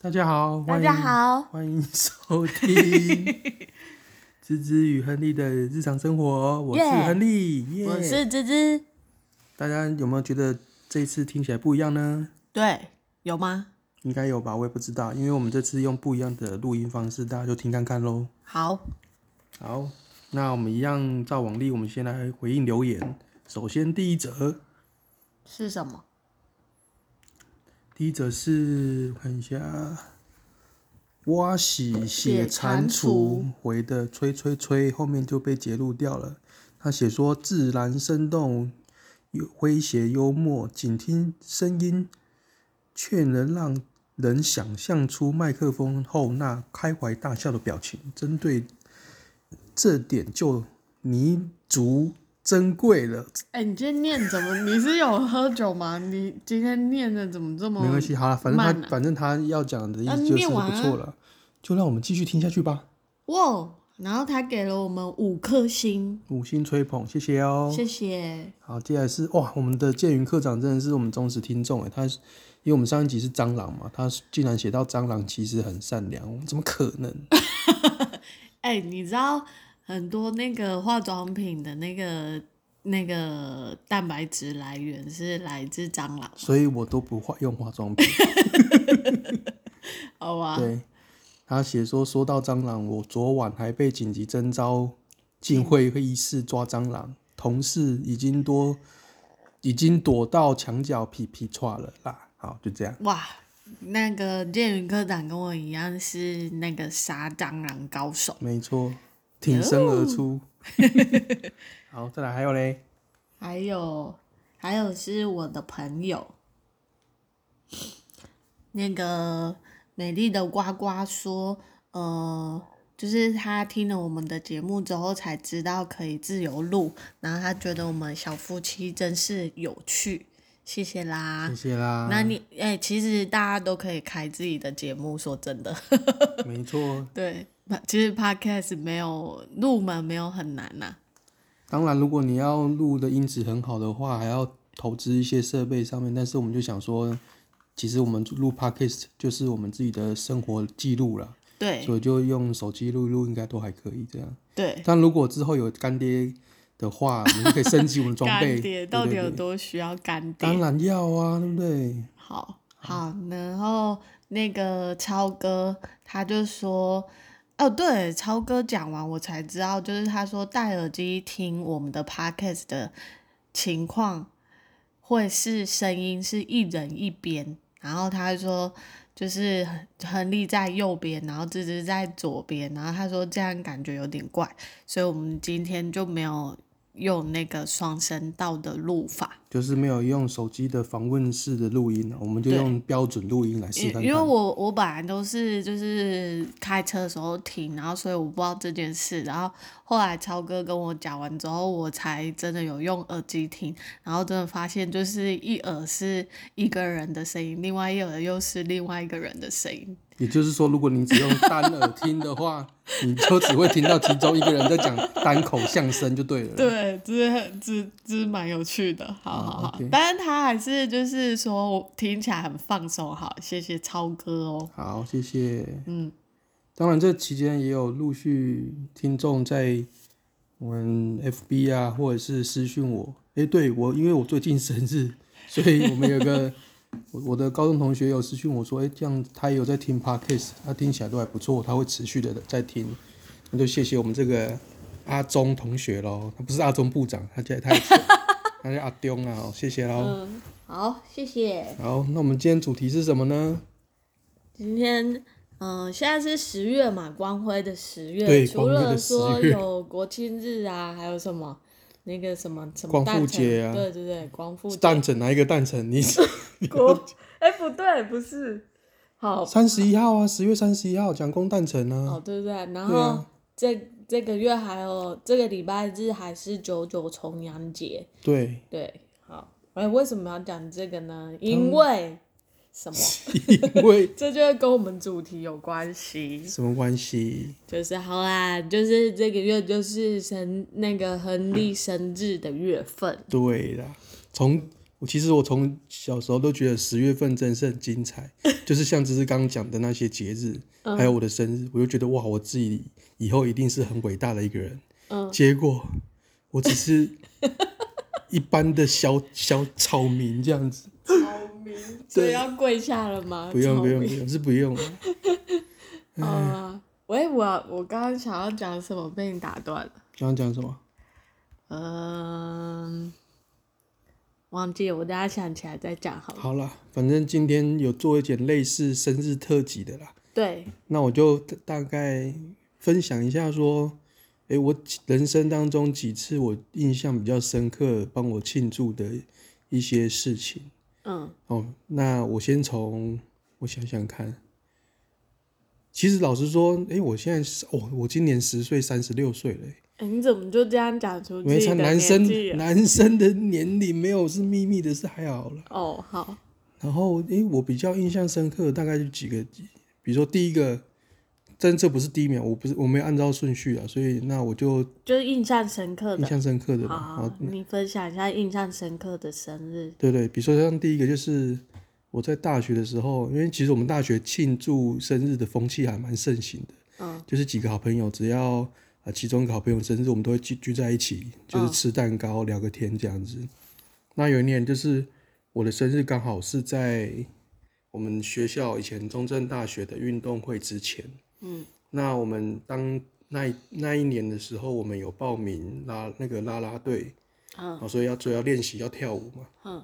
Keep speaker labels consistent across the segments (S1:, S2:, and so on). S1: 大家好，
S2: 大
S1: 欢迎
S2: 家好，
S1: 欢迎 收听芝芝与亨利的日常生活，我是
S2: Yeah
S1: 亨利，耶
S2: 我是芝芝。
S1: 大家有没有觉得这一次听起来不一样呢？
S2: 对，有吗？
S1: 应该有吧，我也不知道，因为我们这次用不一样的录音方式，大家就听看看喽。
S2: 好，
S1: 好，那我们一样照往例，我们先来回应留言。首先第一则，
S2: 是什么？
S1: 第一则是我看一下，挖喜血蟾蜍回的吹吹吹，后面就被截录掉了。他写说自然生动，有诙谐幽默，仅听声音，却能让人想象出麦克风后那开怀大笑的表情。针对这点就弥足珍贵了。
S3: 哎、你今天念怎么？ 你是有喝酒吗？你今天念的怎么这么
S1: 没关系，好了，反正他、
S3: 哦慢啊
S1: 反正他要讲的意
S3: 啊
S1: 思就是
S3: 念
S1: 不
S3: 完啊
S1: 错了，就让我们继续听下去吧。
S3: 哇？然后他给了我们五颗星，
S1: 五星吹捧，谢谢哦。
S3: 谢谢。
S1: 好，接下来是哇，我们的建云科长真的是我们忠实听众哎，他是因为我们上一集是蟑螂嘛，他竟然写到蟑螂其实很善良，怎么可能？
S3: 哎、你知道很多那个化妆品的那个那个蛋白质来源是来自蟑螂，
S1: 所以我都不化用化妆品。
S3: 好吧？
S1: 对，他写说说到蟑螂，我昨晚还被紧急征召进会会议室抓蟑螂，同事已经多已经躲到墙角皮皮抓了啦。好，就这样。
S3: 哇，那个建云科长跟我一样是那个杀蟑螂高手。
S1: 没错，挺身
S3: 哦
S1: 而 出。好，再来还有嘞，
S3: 还有，还有是我的朋友，那个美丽的呱呱说，呃，就是他听了我们的节目之后才知道可以自由录，然后他觉得我们小夫妻真是有趣，谢谢啦
S1: 谢。谢啦。
S3: 啊那你哎、其实大家都可以开自己的节目，说真的，
S1: 没错，
S3: 对，其实 podcast 没有入门没有很难呐、
S1: 当然如果你要录的音质很好的话，还要投资一些设备上面。但是我们就想说，其实我们录 podcast 就是我们自己的生活记录啦。
S3: 对
S1: 所以就用手机录一录，应该都还可以这样。
S3: 对。
S1: 但如果之后有干爹的话，我们可以升级我们的装备。对
S3: 干爹到底
S1: 对
S3: 有
S1: 对
S3: 多需要干爹？
S1: 当嗯然要啊，对不对？
S3: 好好，然后那个超哥他就说，哦，对，超哥讲完我才知道，就是他说戴耳机听我们的 podcast 的情况，会是声音是一人一边，然后他说就是亨亨利在右边，然后芝芝在左边，然后他说这样感觉有点怪，所以我们今天就没有用那个双声道的录法。
S1: 就是没有用手机的访问式的录音啊，我们就
S3: 对
S1: 用标准录音来试
S3: 因
S1: 看
S3: 因为
S1: 看。
S3: 我我本来都是就是开车的时候听，然后所以我不知道这件事，然后后来超哥跟我讲完之后，我才真的有用耳机听，然后真的发现就是一耳是一个人的声音，另外一耳又是另外一个人的声音。
S1: 也就是说，如果你只用单耳听的话，你就只会听到其中一个人在讲单口相声就对了。
S3: 对，这很这这蛮有趣的，好好好，
S1: OK
S3: 但是他还是就是说我听起来很放松，好，谢谢超哥哦，
S1: 好，谢谢。
S3: 嗯，
S1: 当然这期间也有陆续听众在我们 FB 啊，或者是私讯我。诶，对我，因为我最近生日，所以我们有个我我的高中同学有私讯我说，诶，这样他也有在听 Podcast，他听起来都还不错，他会持续的在听。那就谢谢我们这个阿忠同学喽，他不是阿忠部长，他叫他也是他叫阿东啊，哦谢谢喽。
S3: 嗯，好，谢谢。
S1: 好，那我们今天主题是什么呢？
S3: 今天，嗯、现在是十月嘛，光辉的十月，
S1: 对
S3: 除
S1: 光辉
S3: 了
S1: 的十
S3: 说
S1: 月
S3: 有国庆日啊，还 有什么那个什么什么
S1: 光复节啊
S3: 诞辰对对对，光复节
S1: 蛋城哪一个蛋城？你
S3: 国，哎、不对，不是，好
S1: 三十一号啊，十月三十一号蒋公诞辰啊，
S3: 哦，对对对，然
S1: 对
S3: 后
S1: 啊
S3: 这这个月还有这个礼拜日还是九九重阳节，
S1: 对，
S3: 对，好，哎、为什么要讲这个呢？因为什么？
S1: 因为
S3: 这就跟我们主题有关系。
S1: 什么关系？
S3: 就是好啦，就是这个 月就是生那个亨利生日的月份，
S1: 对啦，从我其实我从小时候都觉得十月份真是很精 彩，就是像芝芝刚刚讲的那些节日，
S3: 嗯
S1: 还有我的生日，我就觉得哇，我自己以后一定是很伟大的一个人。
S3: 嗯
S1: 结果我只 是一般的小小草民这样子，
S3: 所以要跪下了吗？
S1: 不用
S3: 聪
S1: 不用
S3: 明
S1: 不用，是不用了。
S3: 啊，喂，我我刚刚想要讲什么被你打断了？
S1: 刚刚讲什么？
S3: 嗯，忘记了，我等下想起来再讲好了。
S1: 好啦，反正今天有做一点类似生日特辑的啦，
S3: 对，
S1: 那我就大大概分享一下说，诶，我几人生当中几次我印象比较深刻，帮我庆祝的一些事情。
S3: 嗯，
S1: 哦，那我先从我想想看。其实老实说，诶，我现在是哦，我今年十岁，三十六岁了诶。
S3: 哎、你怎么就这样讲出自
S1: 没
S3: 己
S1: 差，
S3: 的
S1: 男
S3: 年
S1: 生
S3: 纪啊了？
S1: 男生的年龄没有是秘密的，是还好了。
S3: 哦，好，
S1: 然后，诶，我比较印象深刻，大概就几个，比如说第一个，但这不是第一秒，我不是我没有按照顺序啊，所以那我就
S3: 就是印象深刻
S1: 印
S3: 的。
S1: 象深刻的吧。
S3: 好
S1: 好
S3: 好，，你分享一下印象深刻的生日。
S1: 对对，比如说像第一个就是我在大学的时候，因为其实我们大学庆祝生日的风气还蛮盛行的，
S3: 嗯，
S1: 就是几个好朋友，只要啊、呃其中一个好朋友生日，我们都会聚聚在一起，
S3: 嗯
S1: 就是吃蛋糕、聊个天这样子。那有一年就是我的生日刚好是在我们学校以前中正大学的运动会之前，
S3: 嗯，
S1: 那我们当那一那一年的时候，我们有报名拉那个啦啦队，
S3: 嗯
S1: 哦，所以要所以要练习要跳舞嘛。
S3: 嗯，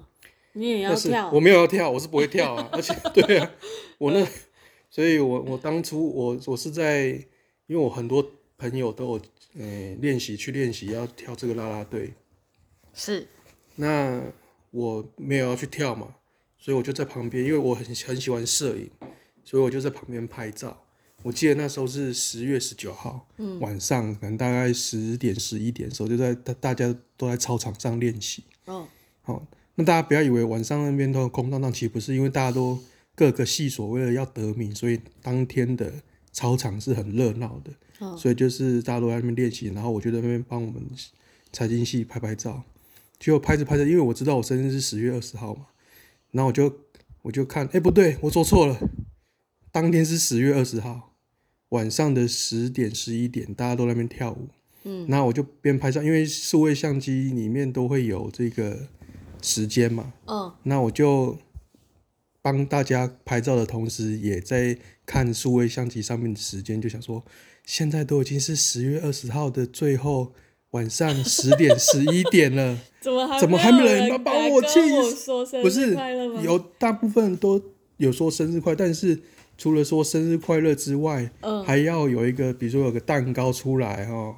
S3: 你也要
S1: 但是
S3: 跳
S1: 我？没有要跳，我是不会跳啊。 而且对啊，我那，所以我我当初我我是在，因为我很多朋友都有呃练习去练习要跳这个啦啦队，
S3: 是，
S1: 那我没有要去跳嘛，所以我就在旁边，因为我很很喜欢摄影，所以我就在旁边拍照。我记得那时候是十月十九号、
S3: 嗯
S1: 晚上，可能大概十点十一点的时候，就在大大家都在操场上练习。
S3: 哦，
S1: 好、那大家不要以为晚上那边都很空荡荡，其实不是，因为大家都各个系所为了要得名，所以当天的操场是很热闹的，
S3: 嗯
S1: 所以就是大家都在那边练习，然后我就在那边帮我们财经系拍拍照，结果拍着拍着，因为我知道我生日是十月二十号嘛，然后我就我就看，哎、不对，我做错了，当天是十月二十号晚上的十点十一点，大家都在那边跳舞。
S3: 嗯，
S1: 那我就边拍照，因为数位相机里面都会有这个时间嘛，
S3: 嗯，
S1: 那我就帮大家拍照的同时，也在看数位相机上面的时间，就想说，现在都已经是十月二十号的最后晚 上十点十一点了，
S3: 怎么还
S1: 怎么还没
S3: 没
S1: 有
S3: 有
S1: 人
S3: 人
S1: 帮
S3: 来
S1: 我
S3: 跟
S1: 庆
S3: 我说生
S1: 不
S3: 日
S1: 是
S3: 快乐吗？
S1: 有大部分都有说生日快，但是除了说生日快乐之外，
S3: 嗯
S1: 还要有一个，比如说有个蛋糕出来哦，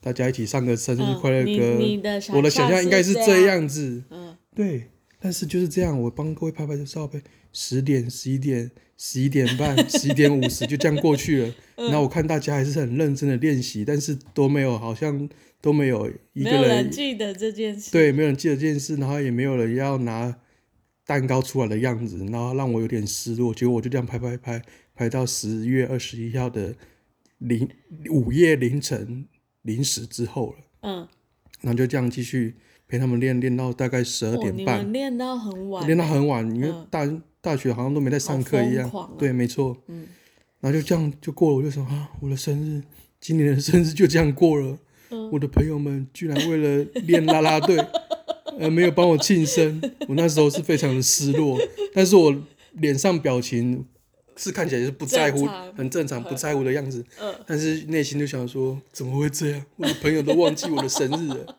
S1: 大家一起唱个生日
S3: 嗯
S1: 快乐
S3: 你
S1: 歌。
S3: 你的
S1: 我的想象应该是这
S3: 这，
S1: 样子，
S3: 嗯，
S1: 对，但是就是这样，我帮各位拍拍照呗，十点、十一点、十一点半、十一点五十就这样过去 了。
S3: 嗯
S1: 然后我看大家还是很认真的练习，但是都没有，好像都没有一
S3: 没
S1: 个
S3: 有
S1: 人
S3: 人记得这件事。
S1: 对，没有人记得这件事，然后也没有人要拿蛋糕出来的样子，然后让我有点失落。结果我就这样拍拍拍拍到十月二十一号的零午夜凌晨零时之后了，
S3: 嗯，
S1: 然后就这样继续陪他们练练到大概十二
S3: 哇，
S1: 点
S3: 哦你
S1: 半
S3: 们。练到很晚，
S1: 练到很晚，因为
S3: 嗯
S1: 大、大学好像都没在上课一样
S3: 好疯狂啊，
S1: 对，没错，
S3: 嗯，
S1: 然后就这样就过了，我就想啊，我的生日，今年的生日就这样过了，
S3: 嗯
S1: 我的朋友们居然为了练啦啦队，呃，没有帮我庆生，我那时候是非常的失落，但是我脸上表情是看起来是不在乎
S3: 正常，
S1: 很正常，不在乎的样子，
S3: 嗯
S1: 但是内心就想说，怎么会这样？我的朋友都忘记我的生日 了，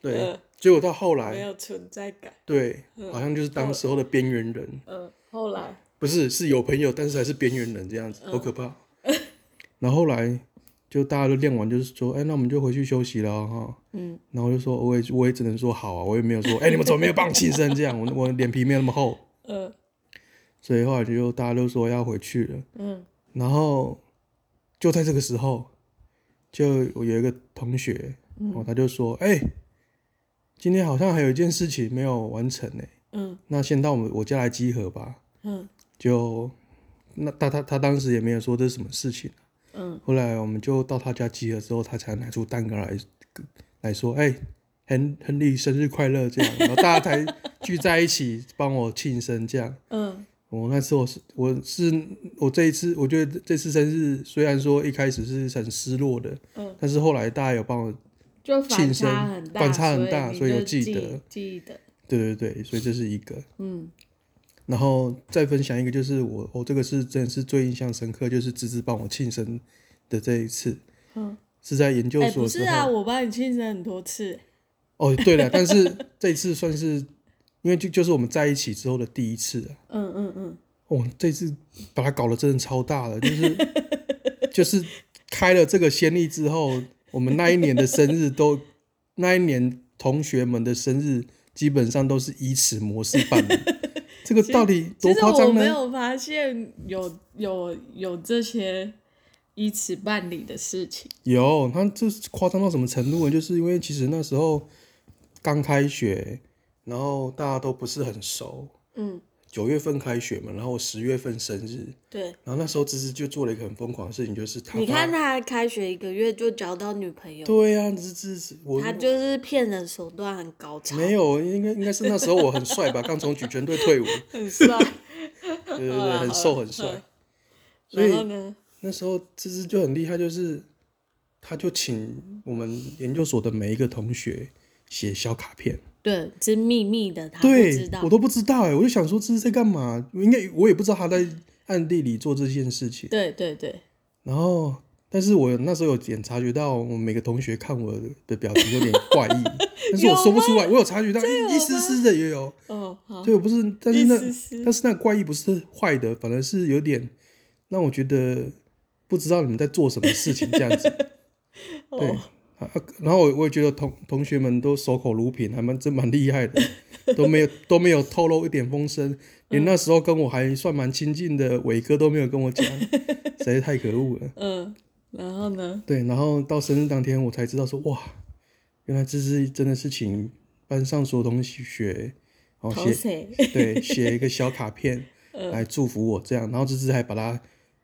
S1: 对，
S3: 嗯
S1: 结果到后来
S3: 没，有存在感。
S1: 对，好像就是
S3: 哦
S1: 当时候的边缘人，
S3: 嗯，后来，
S1: 不是是有朋友，但是还是边缘人这样子，
S3: 嗯
S1: 好可怕。然后后来就大家都练完，就是说，哎、那我们就回去休息了哦哈。
S3: 嗯，
S1: 然后我就说，我也我也只能说好啊，我也没有说，哎、你们怎么没有帮我庆生这样？ 我我脸皮没有那么厚，
S3: 嗯
S1: 所以后来就大家都说要回去了。
S3: 嗯
S1: 然后就在这个时候，就有一个同学，
S3: 嗯
S1: 哦，他就说，哎、今天好像还有一件事情没有完成呢、
S3: 嗯
S1: 那先到我们我家来集合吧。
S3: 嗯
S1: 就那他他他当时也没有说这是什么事情，
S3: 嗯，
S1: 后来我们就到他家集合之后，他才拿出蛋糕来来说，哎、亨亨利生日快乐这样，然后大家才聚在一起帮我庆生这样。
S3: 嗯，
S1: 我、那次我是我是我这一次，我觉得这次生日虽然说一开始是很失落的，
S3: 嗯，
S1: 但是后来大家有帮我，
S3: 就反
S1: 庆生
S3: 差很大，
S1: 反差很大
S3: 你
S1: 所以
S3: 就
S1: 有记
S3: 记
S1: 得
S3: 记得，
S1: 对对对，所以这是一个。
S3: 嗯
S1: 然后再分享一个，就是我我、这个是真的是最印象深刻，就是芝芝帮我庆生的这一次，
S3: 嗯，
S1: 是在研究
S3: 哎、
S1: 所
S3: 不
S1: 的时
S3: 是
S1: 候。
S3: 啊，我帮你庆生很多次，
S1: 哦，对了，但是 这一次算是，因为就就是我们在一起之后的第一次啊，
S3: 嗯嗯嗯，
S1: 哦，这次把它搞得真的超大了，就是 就是开了这个先例之后，我们那一年的生日都， 那一年同学们的生日基本上都是以此模式办的，这个到底
S3: 其
S1: 多
S3: 实
S1: 夸
S3: 我
S1: 张
S3: 没
S1: 呢？
S3: 有发现有有有这些依此办理的事情，
S1: 有，他这是夸张到什么程度呢？就是因为其实那时候刚开学，然后大家都不是很熟。
S3: 嗯，
S1: 九月份开学嘛，然后十月份生日，
S4: 对，
S1: 然后那时候芝芝就做了一个很疯狂的事情，就是他
S4: 你看
S1: 他，
S4: 他开学一个月就交到女朋友，
S1: 对呀、啊，芝芝我
S4: 他就是骗人手段很高超。
S1: 没有，应该应该是那时候我很帅吧， 刚从举拳队退伍，
S3: 很帅，
S1: 对对对，很瘦 很帅， 所
S3: 然后
S1: 以
S3: 呢，
S1: 那时候芝芝就很厉害，就是他就请我们研究所的每一个同学写小卡片。
S4: 对，是秘密的，他不知
S1: 对
S4: 道
S1: 我。都不知道哎、我就想说这是在干嘛？应该我也不知道他在暗地里做这件事情。
S3: 对对对，
S1: 然后，但是我那时候有点察觉到，我每个同学看我的表情有点怪 异，但是我说不出来，我有察觉到一一丝丝的也有，
S3: 哦好，
S1: 对，我不是，但是
S3: 一
S1: 那
S3: 丝丝
S1: 但是那怪异不是坏的，反而是有点让我觉得不知道你们在做什么事情这样子，对。
S3: 哦，
S1: 啊，啊然后我我也觉得同同学们都守口如瓶，还蛮真蛮厉害的，都没有都没有透露一点风 声，
S3: 嗯
S1: 连那时候跟我还算蛮亲近的伟哥都没有跟我 讲，实在是太可恶了。
S3: 嗯，然后呢，
S1: 对，然后到生日当天，我才知道说，哇，原来这是真的是请班上所有同学，然后
S3: 投
S1: 写
S3: 谁？
S1: 对写一个小卡 片
S3: 嗯
S1: 来祝福我这样，然后芝芝还把它，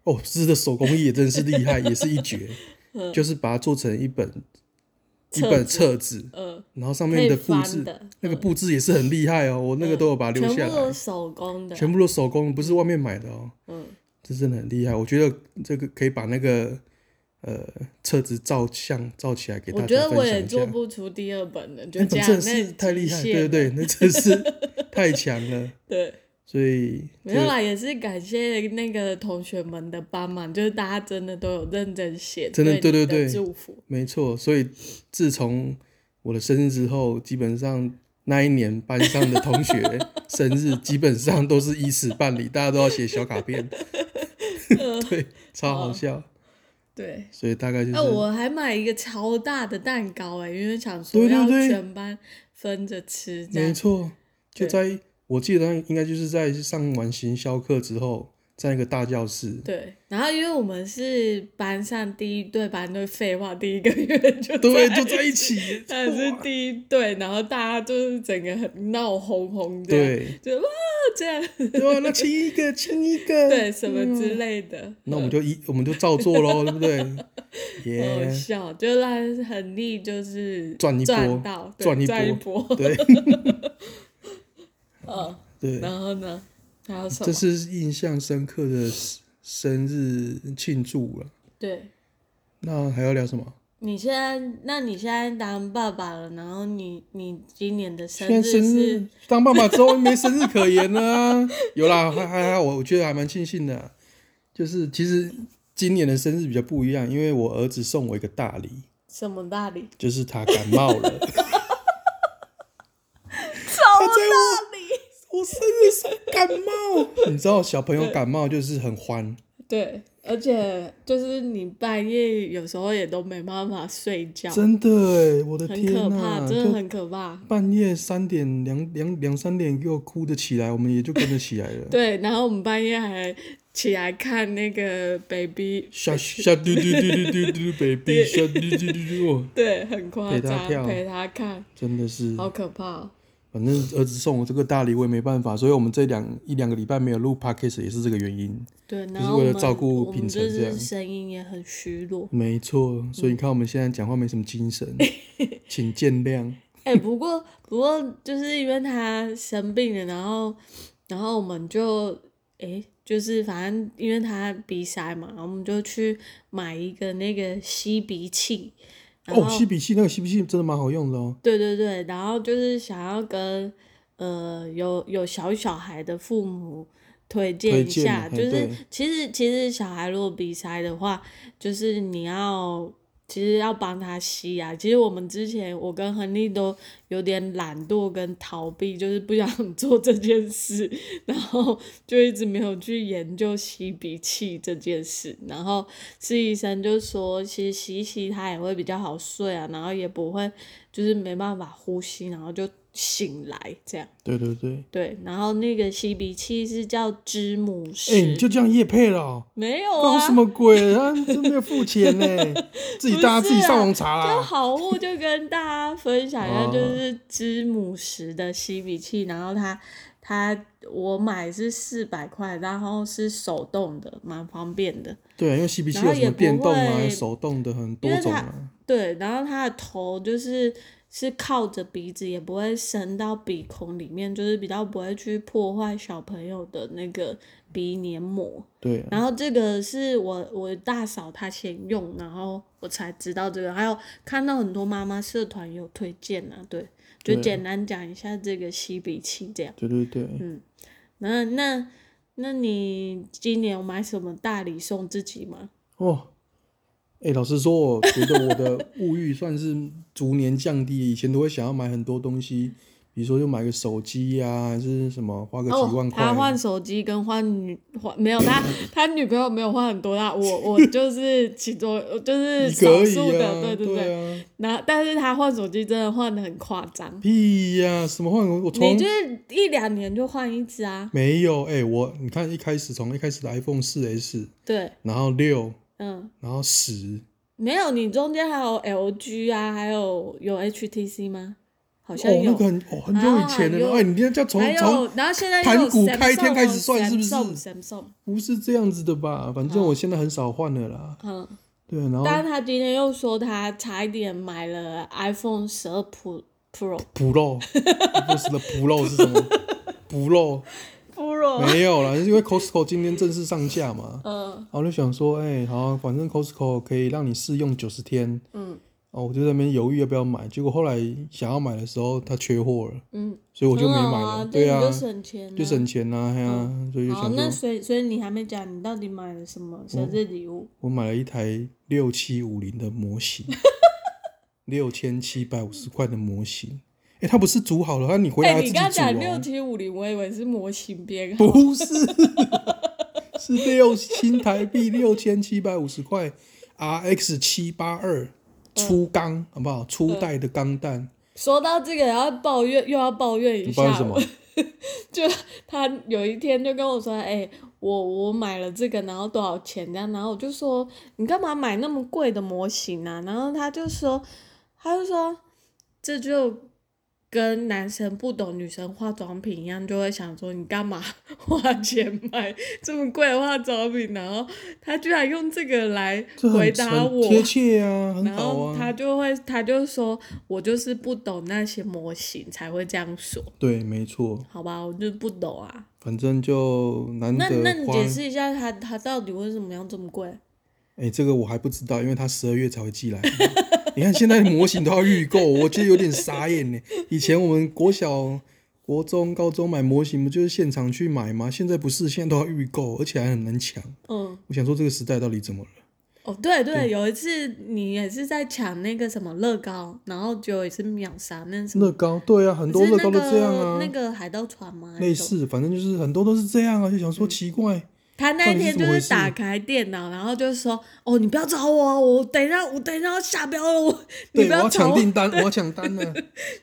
S1: 哦，芝芝的手工艺也真是厉害，也是一 绝，就是把它做成一本一
S3: 嗯册
S1: 本
S3: 子
S1: 册子，
S3: 嗯，
S1: 然后上
S3: 可以
S1: 面的布
S3: 翻
S1: 置
S3: 的嗯
S1: 那个布置也是很厉害哦，我那个都有把它留
S4: 全
S1: 下
S4: 部都
S1: 来，
S4: 是手工的，
S1: 全部都手工，不是外面买的哦。
S3: 嗯，
S1: 这真的很厉害，我觉得这个可以把那个呃册子照相照起来给大
S3: 我觉
S1: 家
S3: 得
S1: 分
S3: 我
S1: 享
S3: 也
S1: 一
S3: 做
S1: 下。
S3: 不出第二本的，就
S1: 那
S3: 这
S1: 本
S3: 样，
S1: 真的
S3: 那
S1: 是太厉害，
S3: 极
S1: 对
S3: 限
S1: 对
S3: 了
S1: 对，那真是太强了，
S3: 对。
S1: 所以
S3: 没有啦，也是感谢那个同学们的帮忙，就是大家真的都有认真写，
S1: 真的
S3: 对
S1: 对
S3: 你
S1: 对对
S3: 祝福，
S1: 没错，所以自从我的生日之后，基本上那一年班上的同学生日基本上都是依此办理，大家都要写小卡 片，对，超好笑。
S3: 对。
S1: 所以大概就是，
S3: 那、哎我还买一个超大的蛋糕哎、因为想说
S1: 对对
S3: 要
S1: 对
S3: 全班分着吃这
S1: 没
S3: 样。
S1: 错，就
S3: 对
S1: 在我记得应该就是在上完行销课之后，在一个大教室。
S3: 对，然后因为我们是班上第一对班队，废话，第一个月就
S1: 对，
S3: 在。
S1: 就在一啊起
S3: 但是第一对，然后大家就是整个很闹哄哄这样，
S1: 对，
S3: 就哇这样，
S1: 对啊，那亲一个，亲一个，
S3: 对什么之
S1: 嗯
S3: 类的。
S1: 那我们就一，我们就照做喽，对不 对？
S3: 好
S1: 耶、
S3: 笑，就让很力就是
S1: 赚一波
S3: 到对
S1: 赚一
S3: 赚
S1: 波
S3: 波，
S1: 对
S3: 嗯，
S1: 对，
S3: 然后呢，还有什
S1: 这
S3: 么？
S1: 是印象深刻的生生日庆祝了。
S3: 对，
S1: 那还要聊什么？
S4: 你现在，那你现在当爸爸了，然后你你今年的生
S1: 现在
S4: 日
S1: 生
S4: 是
S1: 日当爸爸之后没生日可言了啊、有啦，还还还我我觉得还蛮庆幸的啊、就是其实今年的生日比较不一样，因为我儿子送我一个大礼，
S3: 什么大礼？
S1: 就是他感冒了。他在
S4: 大礼，
S1: 我我生日时感冒，你知道小朋友感冒就是很欢，
S3: 对，而且就是你半夜有时候也都没办法睡觉，
S1: 真的哎，我的
S3: 很可
S1: 天
S3: 怕，
S1: 呐、
S3: 真的
S1: 就
S3: 很可怕。
S1: 半夜三点两两两三点给我哭的起来，我们也就跟着起来了。
S3: 对，然后我们半夜还起来看那个 baby，
S1: 小小嘟嘟嘟嘟嘟嘟 baby，小嘟嘟嘟嘟，哦
S3: 对，很夸
S1: 陪他
S3: 张，
S1: 跳
S3: 陪他看，
S1: 真的是
S3: 好可怕哦、
S1: 反正儿子送我这个大礼，我也没办法，所以我们这两一两个礼拜没有录 podcast 也是这个原因。
S4: 对，
S1: 是
S4: 然后我
S1: 为了
S4: 们
S1: 照顾
S4: 我
S1: 品
S4: 们
S1: 成
S4: 就
S1: 这样
S4: 是声音也很虚弱，
S1: 嗯没错，所以你看我们现在讲话没什么精神，请见谅。
S3: 哎、不过不过就是因为他生病了，然后然后我们就哎、就是反正因为他鼻塞嘛，我们就去买一个那个吸鼻器，然 后、
S1: 哦，吸鼻器那个吸鼻器真的蛮好用的哦。
S3: 对对对，然后就是想要跟呃有有小小孩的父母推荐
S1: 推
S3: 一
S1: 荐
S3: 下，
S1: 嘿
S3: 就是
S1: 对
S3: 其实其实小孩如果鼻塞的话，就是你要其实要帮他吸啊。其实我们之前我跟亨利都有点懒惰跟逃避，就是不想 做这件事，然后就一直没有去研究吸鼻器这件事。然后是医生就说，其实吸一吸他也会比较好睡啊，然后也不会就是没办法呼吸，然后就醒来这样。
S1: 对对对，
S3: 对，然后那个吸鼻器是叫知母石，
S1: 哎、你就这样夜配了哦、
S3: 没有
S1: 搞
S3: 啊？
S1: 什么鬼啊？真没有付钱 呢、自己
S3: 不
S1: 大家
S3: 是
S1: 自己上
S3: 啊
S1: 网查
S3: 就
S1: 啦。
S3: 好物就跟大家分享一下，
S1: 哦
S3: 就是知母石的吸鼻器，然后它它我买是四百块，然后是手动的，蛮方便的。
S1: 对，因为吸鼻器
S3: 然后
S1: 有什
S3: 也
S1: 么
S3: 不
S1: 电动啊、
S3: 会
S1: 手动的很
S3: 因
S1: 多
S3: 为
S1: 种
S3: 它
S1: 啊。
S3: 对，然后它的头就是是靠着鼻子，也不会伸到鼻孔里面，就是比较不会去破坏小朋友的那个鼻黏膜。
S1: 对，啊
S3: 然后这个是我我大嫂她先用，然后我才知道这个，还有看到很多妈妈社团有推荐啊，对，就
S1: 对
S3: 简单讲一下这个吸鼻器这样。
S1: 对对对。
S3: 那那那你今年有买什么大礼送自己吗？
S1: 哦，哎、老实说，我觉得我的物欲算是逐年降低，以前都会想要买很多东西，比如说就买个手机呀、还是什么，花个几万块。
S3: 哦他换手机跟换女换没有他他女朋友没有换很多啦，我我就是其中就是
S1: 你
S3: 少
S1: 可以
S3: 数的，
S1: 呀、
S3: 对
S1: 对
S3: 对对。
S1: 啊，
S3: 然后但是他换手机真的换的很夸张，
S1: 屁呀、什么换我我从
S3: 你就是一两年就换一只啊，
S1: 没有哎、我你看一开始从一开始的 iPhone 四 S，
S3: 对，
S1: 然后六，
S3: 嗯，
S1: 然后十，
S3: 没有，你中间还有 LG 啊，还有有 HTC 吗？好像
S1: 哦，
S3: 有，
S1: 那个很哦很久以前的了，
S3: 啊有
S1: 哎、你这叫从
S3: 还
S1: 从
S3: 有，然后现在又
S1: 盘
S3: 有
S1: 古
S3: Samsung
S1: 开天开
S3: 哦
S1: 始算是不是
S3: ？Samsung，Samsung，
S1: 不是这样子的吧？反正我现在很少换了啦。
S3: 嗯，
S1: 对，啊然后
S3: 但是他今天又说他差一点买了 iPhone 十二 Pro Pro
S1: 补肉，不是的补肉是什么？补
S3: 哦
S1: 肉
S3: Pro，
S1: 没有啦，因为 Costco 今天正式上架嘛，
S3: 嗯
S1: 然后就想说，哎、好，反正 Costco 可以让你试用九十天，
S3: 嗯
S1: 哦，我就在那边犹豫要不要买，结果后来想要买的时候，它缺货了，
S3: 嗯，
S1: 所以我就没
S3: 很好
S1: 买了。
S3: 啊，
S1: 对啊
S3: 你，就省钱，
S1: 就。省钱啦、嘿啊，所以就
S3: 好，
S1: 想
S3: 那
S1: 说，
S3: 所以所以你还没讲你到底买了什么生日礼物？
S1: 我买了一台六七五零的模 型，六千七百五十块的模型，哎、它不是煮好了，它你回来
S3: 哎、
S1: 还自
S3: 你
S1: 己
S3: 刚刚
S1: 煮
S3: 讲
S1: 哦、
S3: 六七五零，我以为是模型啊编号。
S1: 不是， 是六新台币六千七百五十块，RX 七八二初钢，好不好？初代的钢弹，
S3: 说到这个，然后抱怨又要抱怨一
S1: 你
S3: 下
S1: 不知道是什么
S3: 了，？ 就他有一天就跟我说：“哎、我我买了这个，然后多少钱？”这样，然后我就说：“你干嘛买那么贵的模型啊？”然后他就说：“他就说这就跟男生不懂女生化妆品一样，就会想说你干嘛花钱买这么贵的化妆品？”然后他居然用这个来
S1: 这
S3: 回
S1: 很
S3: 答
S1: 很
S3: 我，
S1: 贴切啊，很
S3: 然
S1: 好
S3: 后他
S1: 啊。
S3: 就会，他就说，我就是不懂那些模型才会这样说，
S1: 对，没错，
S3: 好吧，我就不懂啊。
S1: 反正就难
S3: 那那
S1: 得
S3: 你
S1: 花。
S3: 解释一下他，他到底为什么要这么贵？
S1: 哎、这个我还不知道，因为它十二月才会寄来。 你看现在的模型都要预购，我觉得有点傻眼呢。以前我们国小、国中、高中买模型不就是现场去买吗？现在不是，现在都要预购，而且还很难抢。
S3: 嗯，
S1: 我想说这个时代到底怎么了？
S3: 哦，对对，有一次你也是在抢那个什么乐高，然后结果也是秒杀，那是什么？
S1: 乐高，对啊，很多
S3: 是
S1: 乐
S3: 那
S1: 高都
S3: 个
S1: 这样啊，
S3: 那个海盗船吗？还是
S1: 类
S3: 什么。
S1: 似，反正就是很多都是这样啊，就想
S3: 嗯
S1: 说奇怪，
S3: 他那
S1: 到
S3: 一
S1: 底是
S3: 天
S1: 怎
S3: 就
S1: 么回
S3: 是
S1: 事
S3: 打开电脑，然后就说：“哦，你不要找我，我等一下，我等一下要下标了，我你
S1: 对，
S3: 不
S1: 我要
S3: 找
S1: 抢
S3: 我。
S1: 订单，我要抢 单呢、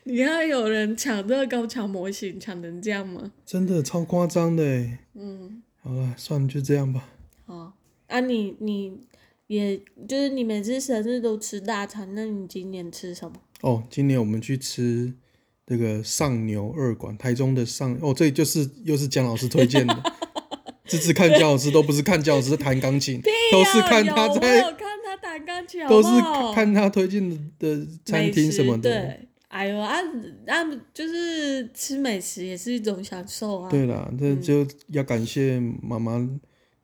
S3: 你看有人抢乐高、抢模型，抢成这样吗？
S1: 真的超夸张的欸。
S3: 嗯，
S1: 好了，算了，就这样吧。
S3: 好，啊你你也就是你每次生日都吃大餐，那你今年吃什么？
S1: 哦，今年我们去吃这个上牛二馆，台中的上哦，这就是又是姜老师推荐 的。这次看姜老师都不是看姜老师在弹钢琴， 都是看
S3: 有
S1: 他
S3: 我
S1: 在，
S3: 有看他弹钢琴好
S1: 都
S3: 不
S1: 是
S3: 好，
S1: 看他推荐的的餐厅什么的。
S3: 美食对，哎呦啊啊，就是吃美食也是一种享受啊。
S1: 对啦，这就要感谢妈妈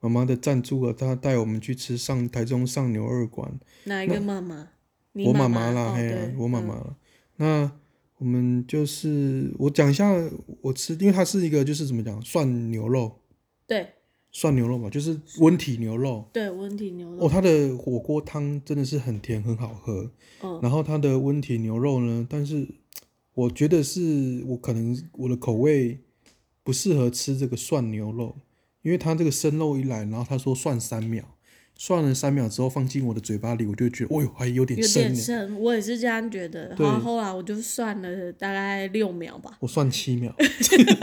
S1: 妈妈的赞助了，她带我们去吃上台中上牛二馆，
S3: 哪一个妈妈？你
S1: 我
S3: 妈
S1: 妈妈啦，
S3: 哦
S1: 嘿啦
S3: 对，
S1: 我妈
S3: 嗯
S1: 妈啦。那我们就是我讲一下我吃，因为它是一个就是怎么讲涮牛肉，
S3: 对
S1: 涮牛肉嘛，就是温体牛肉。
S3: 对，温体牛
S1: 哦，
S3: 肉。
S1: 它的火锅汤真的是很甜，很好喝。
S3: 嗯
S1: 然后它的温体牛肉呢，但是我觉得是我可能我的口味不适合吃这个涮牛肉，因为它这个生肉一来，然后他说涮三秒，涮了三秒之后放进我的嘴巴里，我就觉得，哦呦，还有点
S3: 有
S1: 生
S3: 点
S1: 呢。
S3: 深，我也是这样觉得。
S1: 对
S3: 然后后来我就算了大概六秒吧。
S1: 我算七 秒，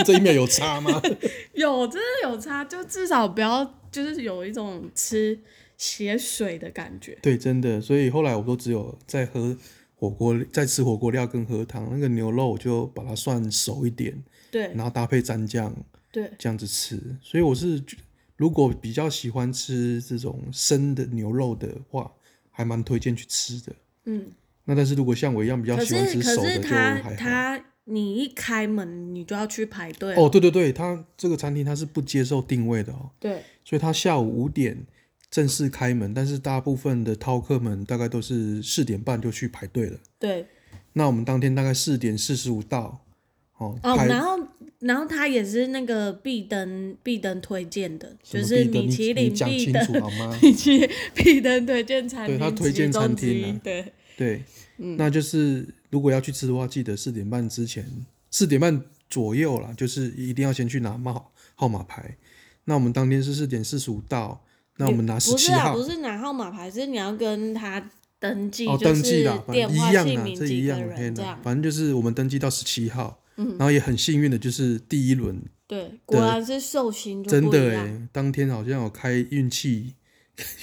S1: 这一秒有差吗？
S3: 有，真的有差，就至少不要就是有一种吃血水的感觉。
S1: 对，真的，所以后来我都只有在喝火锅，在吃火锅料跟喝汤。那个牛肉我就把它涮熟一点，
S3: 对
S1: 然后搭配蘸酱
S3: 对，
S1: 这样子吃。所以我是觉如果比较喜欢吃这种生的牛肉的话，还蛮推荐去吃的。
S3: 嗯。
S1: 那但是如果像我一样比较
S3: 可
S1: 喜欢
S3: 是
S1: 吃
S3: 可
S1: 熟的，
S3: 是
S1: 就
S3: 他
S1: 还好。
S3: 他你一开门你就要去排队
S1: 哦，对对对，他这个餐厅他是不接受定位的哦，
S3: 对
S1: 所以他下午五点正式开门，但是大部分的饕客们大概都是四点半就去排队了。
S3: 对
S1: 那我们当天大概四点四十五到，哦，
S3: 哦，
S1: 开
S3: 然后然后他也是那个必登必登推荐的，
S1: 什
S3: 就
S1: 么
S3: 是
S1: 必登
S3: 米
S1: 你
S3: 其
S1: 你
S3: 林
S1: 讲
S3: 必
S1: 清
S3: 登
S1: 楚好吗？
S3: 米其林必登推荐餐
S1: 对
S3: 厅，
S1: 他推荐餐厅啊
S3: 对
S1: 对，
S3: 嗯
S1: 那就是如果要去吃的话，记得四点半之前，四点半左右啦，就是一定要先去拿号号码牌。那我们当天是四点四十五到，那我们拿十
S3: 不
S1: 七
S3: 是啊，
S1: 号
S3: 不，是拿号码牌，是你要跟他登记，
S1: 哦，
S3: 就
S1: 登记
S3: 是
S1: 啦，反
S3: 电
S1: 正一
S3: 话
S1: 样
S3: 姓
S1: 啊，
S3: 名
S1: 这
S3: 几
S1: 一
S3: 个
S1: 样啊，嘿
S3: 人这
S1: 啦
S3: 样，嗯
S1: 反正就是我们登记到十七号，然后也很幸运的就是第一轮
S3: 对，果
S1: 对
S3: 然是寿星就
S1: 真
S3: 不
S1: 的
S3: 一
S1: 诶、
S3: 样。
S1: 当天好像有开运气，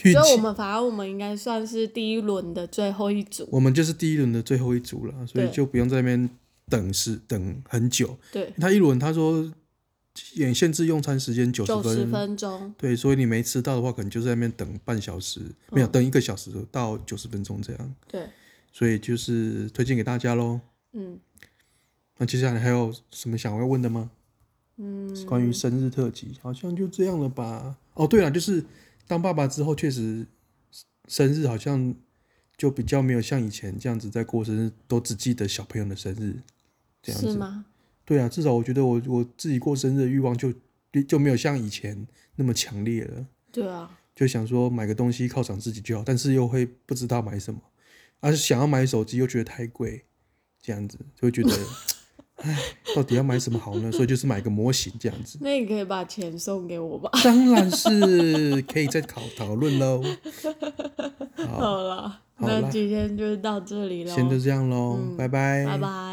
S1: 运
S3: 所以我
S1: 气
S3: 们反而我们应该算是第一轮的最后一组，
S1: 我们就是第一轮的最后一组了，所以
S3: 对
S1: 就不用在那边等是等很久。
S3: 对，
S1: 他一轮他说也限制用餐时间九
S3: 九
S1: 十
S3: 十
S1: 分，
S3: 分钟，
S1: 对，所以你没吃到的话，可能就在那边等半小时，没
S3: 嗯
S1: 有等一个小时到九十分钟这样。
S3: 对，
S1: 所以就是推荐给大家喽。
S3: 嗯，
S1: 那接下来还有什么想要问的吗？嗯，关于生日特辑，好像就这样了吧？哦，对了，就是当爸爸之后，确实生日好像就比较没有像以前这样子在过生日，都只记得小朋友的生日这样
S3: 是
S1: 子。
S3: 吗？
S1: 对啊，至少我觉得我我自己过生日的欲望就就没有像以前那么强烈了。
S3: 对啊，
S1: 就想说买个东西犒赏自己就好，但是又会不知道买什么，而、是想要买手机又觉得太贵，这样子就会 觉得，唉，到底要买什么好呢？所以就是买个模型这样子。
S3: 那你可以把钱送给我吧。
S1: 当然是可以再考讨论喽。
S3: 好了，
S1: 好啦
S3: 那今天就到这里喽，
S1: 先就这样喽，拜拜，
S3: 嗯拜拜。